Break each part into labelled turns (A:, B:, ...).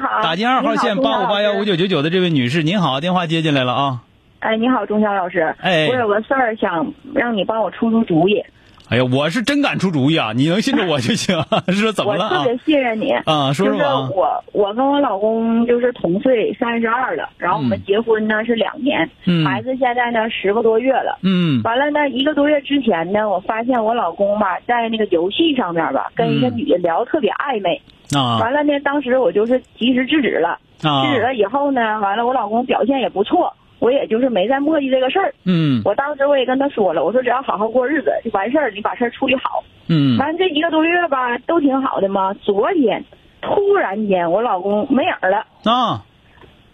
A: 啊好，
B: 打进二号线八五八幺五
A: 九。
B: 九九九的这位女士，您好，电话接进来了啊。
A: 哎，你好，钟晓老师。
B: 哎
A: 我有个事儿想让你帮我出出主意。
B: 哎呀，我是真敢出主意啊， 你能信着我就行。 说怎么
A: 我
B: 了
A: 特
B: 啊？
A: 别信任你。
B: 啊，说
A: 就
B: 说
A: 是
B: 吧。
A: 我，我跟我老公就是同岁，三十二了，然后我们
B: 嗯
A: 结婚呢是两年，
B: 嗯
A: 孩子现在呢十个多月了。
B: 嗯
A: 完了呢，一个多月之前呢，我发现我老公吧，在那个游戏上面吧，跟一个
B: 嗯
A: 女的聊特别暧昧。
B: 啊
A: 完了呢，当时我就是及时制止了，制止
B: 啊
A: 了以后呢，完了我老公表现也不错，我也就是没再磨叽这个事儿。
B: 嗯
A: 我当时我也跟他说了，我说只要好好过日子就完事儿，你把事儿处理好。
B: 嗯
A: 完这一个多月吧，都挺好的嘛。昨天突然间我老公没影儿了，
B: 啊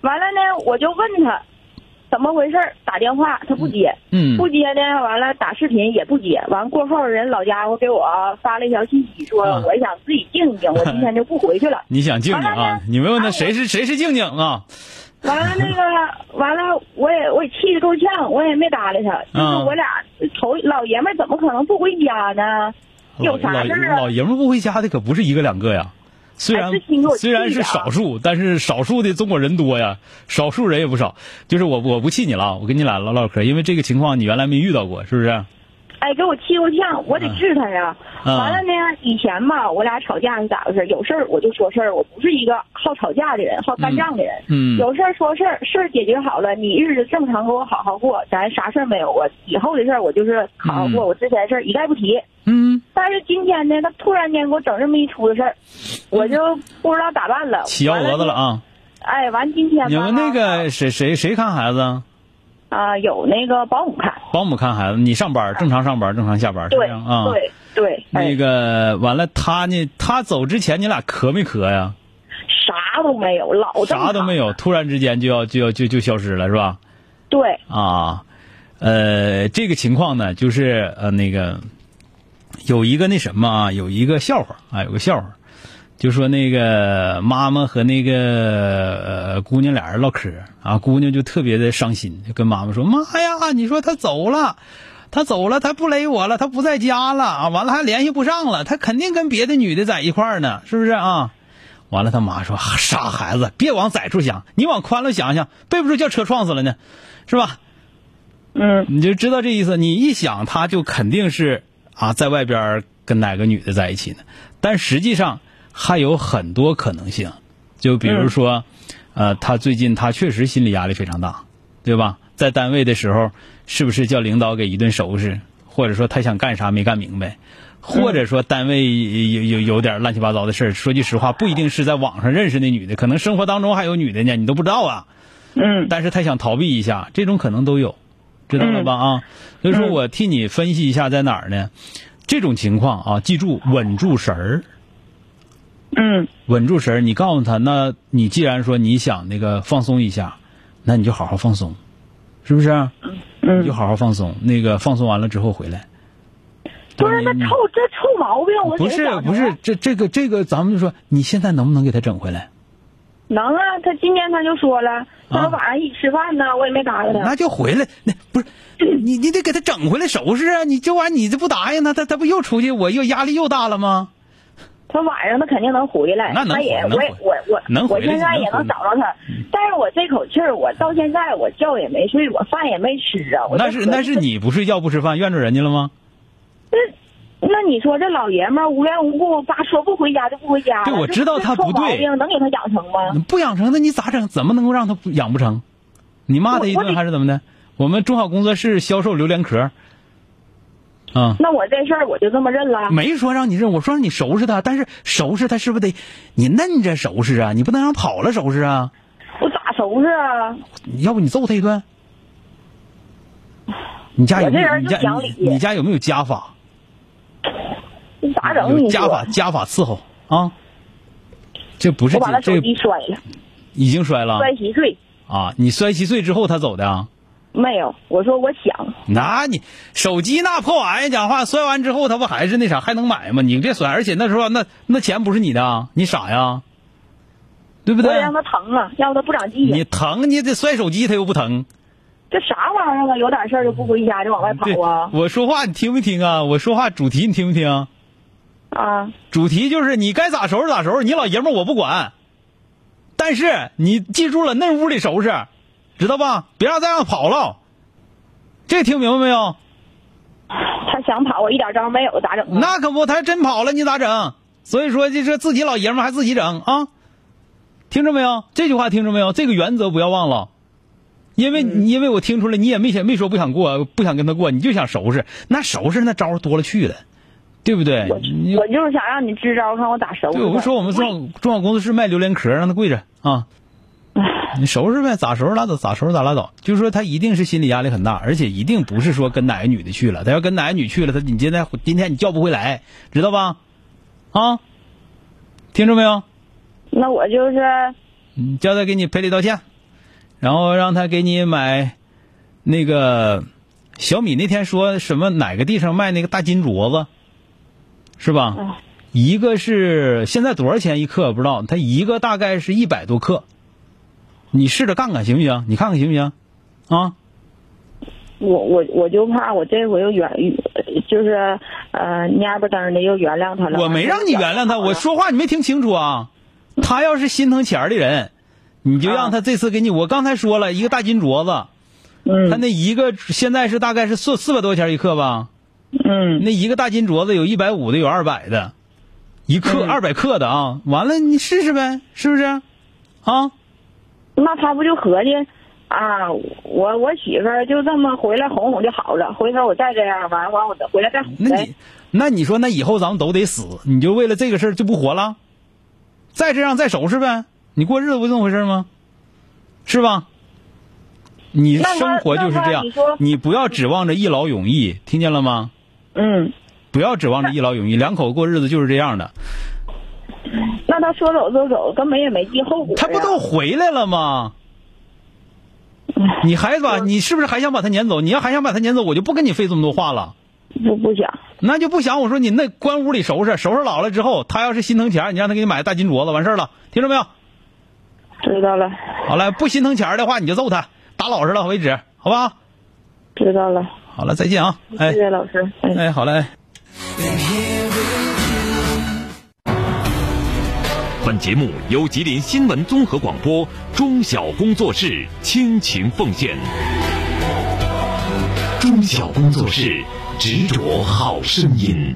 A: 完了呢我就问他怎么回事儿，打电话他不接，
B: 嗯
A: 不接呢，完了打视频也不接，完过后人老家伙给我发了一条信息说
B: 啊
A: 我想自己静一静，我今天就不回 去了。
B: 你想静静
A: 完了
B: 啊
A: 呢？
B: 你问问他
A: 哎
B: 谁是谁是静静啊？
A: 完了那个，完了我也我也气得够呛，我也没搭理他。就是
B: 嗯
A: 我俩头老爷们儿怎么可能不回家呢？
B: 老
A: 有啥
B: 老
A: 事儿啊
B: 老爷们儿不回家的可不是一个两个呀。虽然
A: 哎这心给我
B: 虽然
A: 气
B: 是
A: 的啊
B: 少数，但是少数的中国人多呀，少数人也不少。就是我我不气你了啊，我跟你俩唠唠嗑，因为这个情况你原来没遇到过，是不是？
A: 哎，给我气够呛，我得治他呀。
B: 嗯
A: 完了呢，以前吧，我俩吵架是咋回事？有事儿我就说事儿，我不是一个好吵架的人，好干仗的人。
B: 嗯
A: 有事儿说事儿，事儿解决好了，你日子正常给我好好过，咱啥事儿没有。我以后的事儿我就是好好过，
B: 嗯
A: 我之前的事儿一概不提。
B: 嗯，
A: 但是今天呢，他突然间给我整这么一出子事儿，我就不知道咋办了。
B: 起幺蛾子
A: 完呢！
B: 了啊！
A: 哎，完今天吧
B: 你们那个谁谁谁看孩子啊？
A: 啊、有那个保姆看，
B: 保姆看孩子，你上班正常上班，正常下班，是这
A: 哎对、
B: 样啊？
A: 对对，
B: 那
A: 哎，
B: 个完了，他呢？他走之前你俩咳没咳呀？
A: 啥都没有，老正
B: 啥都
A: 常
B: 没有，突然之间就要就要就就消失了，是吧？
A: 对，
B: 啊，呃，这个情况呢，就是呃那个有一个那什么啊，有一个笑话啊，有个笑话，就说那个妈妈和那个、呃、姑娘俩人唠嗑啊，姑娘就特别的伤心，就跟妈妈说：“妈呀，你说他走了。”他走了，他不勒我了，他不在家了啊！完了还联系不上了，他肯定跟别的女的在一块儿呢，是不是啊？完了，他妈说：“啊傻孩子，别往窄处想，你往宽了想想，背不住叫车撞死了呢，是吧？”
A: 嗯，
B: 你就知道这意思。你一想，他就肯定是啊，在外边儿跟哪个女的在一起呢？但实际上还有很多可能性，就比如说，呃，他最近他确实心理压力非常大，对吧？在单位的时候，是不是叫领导给一顿收拾？或者说他想干啥没干明白？或者说单位有有有点乱七八糟的事儿，说句实话，不一定是在网上认识的女的，可能生活当中还有女的呢，你都不知道啊。
A: 嗯，
B: 但是他想逃避一下，这种可能都有，知道了吧？
A: 嗯
B: 啊，所以说我替你分析一下在哪儿呢？这种情况啊，记住稳住神儿，
A: 嗯，
B: 稳住神儿。你告诉他，那你既然说你想那个放松一下，那你就好好放松，是不是啊？
A: 嗯
B: 你就好好放松。那个放松完了之后回来，
A: 不是那
B: 你
A: 臭这臭毛病，我
B: 不
A: 给
B: 是
A: 他找
B: 不是
A: 着
B: 这这个这个，咱们就说你现在能不能给他整回来？
A: 能啊，他今天他就说了，他说晚上一起吃饭呢，我也没搭理他。
B: 啊那就回来，那不是你，你得给他整回来收拾啊！你这玩意儿你这不答应他，他他不又出去，我又压力又大了吗？
A: 他晚上他肯定能回来，
B: 那能
A: 他也
B: 回能
A: 我也
B: 回
A: 我我
B: 能回
A: 我
B: 来嗯
A: 现
B: 就
A: 在
B: 能
A: 也能
B: 回
A: 找着他，但是我这口气儿，我到现在我觉也没睡，我饭也没吃啊。我就
B: 那
A: 是合计
B: 那是你不睡觉不吃饭，怨着人家了吗？
A: 这，那你说这老爷们儿无缘无故爸说不回家就不回家了，
B: 对我
A: 这
B: 知道
A: 这
B: 他
A: 臭
B: 不对
A: 毛病能给他养成吗？
B: 不养成那你咋整？怎么能够让他不养不成？你骂他一
A: 我我
B: 顿
A: 得
B: 还是怎么的？我们中好工作室销售榴莲壳，啊、
A: 那我这事儿我就这么认了。
B: 没说让你认，我说让你收拾他，但是收拾他是不是得你摁着收拾啊？你不能让跑了收拾啊？
A: 我咋收拾啊？
B: 你要不你揍他一顿？你家有没
A: 我这
B: 有？
A: 人
B: 你
A: 就
B: 家
A: 讲
B: 你
A: 理
B: 你家有没有家法？
A: 你咋整？
B: 有
A: 你
B: 家
A: 说
B: 法家法伺候啊！这不是
A: 我把他
B: 这
A: 手
B: 这
A: 机摔了，
B: 已经摔了，
A: 摔稀碎。
B: 啊，你摔七岁之后他走的啊？
A: 没有，我说我想，
B: 那你手机那破玩意儿，讲话摔完之后，它不还是那啥，还能买吗？你别摔，而且那时候那那钱不是你的啊，你傻呀，对不
A: 我
B: 对
A: 得？让他疼啊，要不他不长记
B: 你
A: 性。
B: 疼，你得摔手机，它又不疼。
A: 这啥玩意儿啊？有点事儿就不回家，就往外跑
B: 对，
A: 啊
B: 我说话你听没听啊？我说话主题你听没听啊？
A: 啊！
B: 主题就是你该咋收拾咋收拾，你老爷们儿我不管。但是你记住了，那屋里收拾，知道吧？别让再让跑了。这听明白没有？
A: 他想跑，我一点招没有，咋整啊？
B: 那可不，他真跑了，你咋整？所以说，这这自己老爷们儿还自己整啊？听着没有？这句话听着没有？这个原则不要忘了，因为、因为我听出来你也没想没说不想过，不想跟他过，你就想收拾，那收拾那招儿多了去了，对不对？
A: 我
B: 哎你
A: 我就是想让你支招，看我咋收拾
B: 对，
A: 他。
B: 我不说我们中小中小工作室卖榴莲壳，让他跪着啊。你收拾呗，咋收拾拉倒，咋收拾咋拉倒。就是说，他一定是心理压力很大，而且一定不是说跟哪个女的去了。他要跟哪个女去了，他你今天今天你叫不回来，知道吧？啊，听着没有？
A: 那我就是
B: 啊你叫他给你赔礼道歉，然后让他给你买那个小米那天说什么哪个地上卖那个大金镯子，是吧？
A: 嗯
B: 一个是现在多少钱一克不知道，它一个大概是一百多克，你试着干干行不行？你看看行不行？啊，
A: 我我我就怕我这回又原就是呃蔫不登的又原谅他了。
B: 我没让你原谅他，我说话你没听清楚啊。他要是心疼钱儿的人，你就让他这次给你。我刚才说了一个大金镯子，他
A: 嗯
B: 那一个现在是大概是四四百多钱一克吧？
A: 嗯
B: 那一个大金镯子有一百五的，有二百的，一克
A: 嗯
B: 二百克的啊。完了，你试试呗，是不是？啊，
A: 那他不就合计啊？我我媳妇儿就这么回来哄哄就好了，回头我再这样完完我再回来再哄
B: 那
A: 呗
B: 你。那你说，那以后咱们都得死，你就为了这个事儿就不活了？再这样再收拾呗，你过日子不这么回事吗？是吧？你
A: 那他
B: 生活就是这
A: 那他
B: 样
A: 你说，
B: 你不要指望着一劳永逸，听见了吗？
A: 嗯，
B: 不要指望着一劳永逸，两口过日子就是这样的。
A: 那他说走就走，根本也没记后果呀。
B: 他不都回来了吗？你还把你是不是还想把他撵走？你要还想把他撵走，我就不跟你费这么多话了。
A: 不不想
B: 那就不想我说你那关屋里收拾，收拾老了之后，他要是心疼钱儿，你让他给你买大金镯子，完事儿了，听着没有？
A: 知道了，
B: 好了，不心疼钱儿的话，你就揍他，打老实了为止，好不好？
A: 知道了。
B: 好了，再见啊！
A: 谢
B: 哎
A: 谢老师。哎
B: 哎，好嘞。
C: 本节目由吉林新闻综合广播中小工作室倾情奉献。中小工作室执着好声音。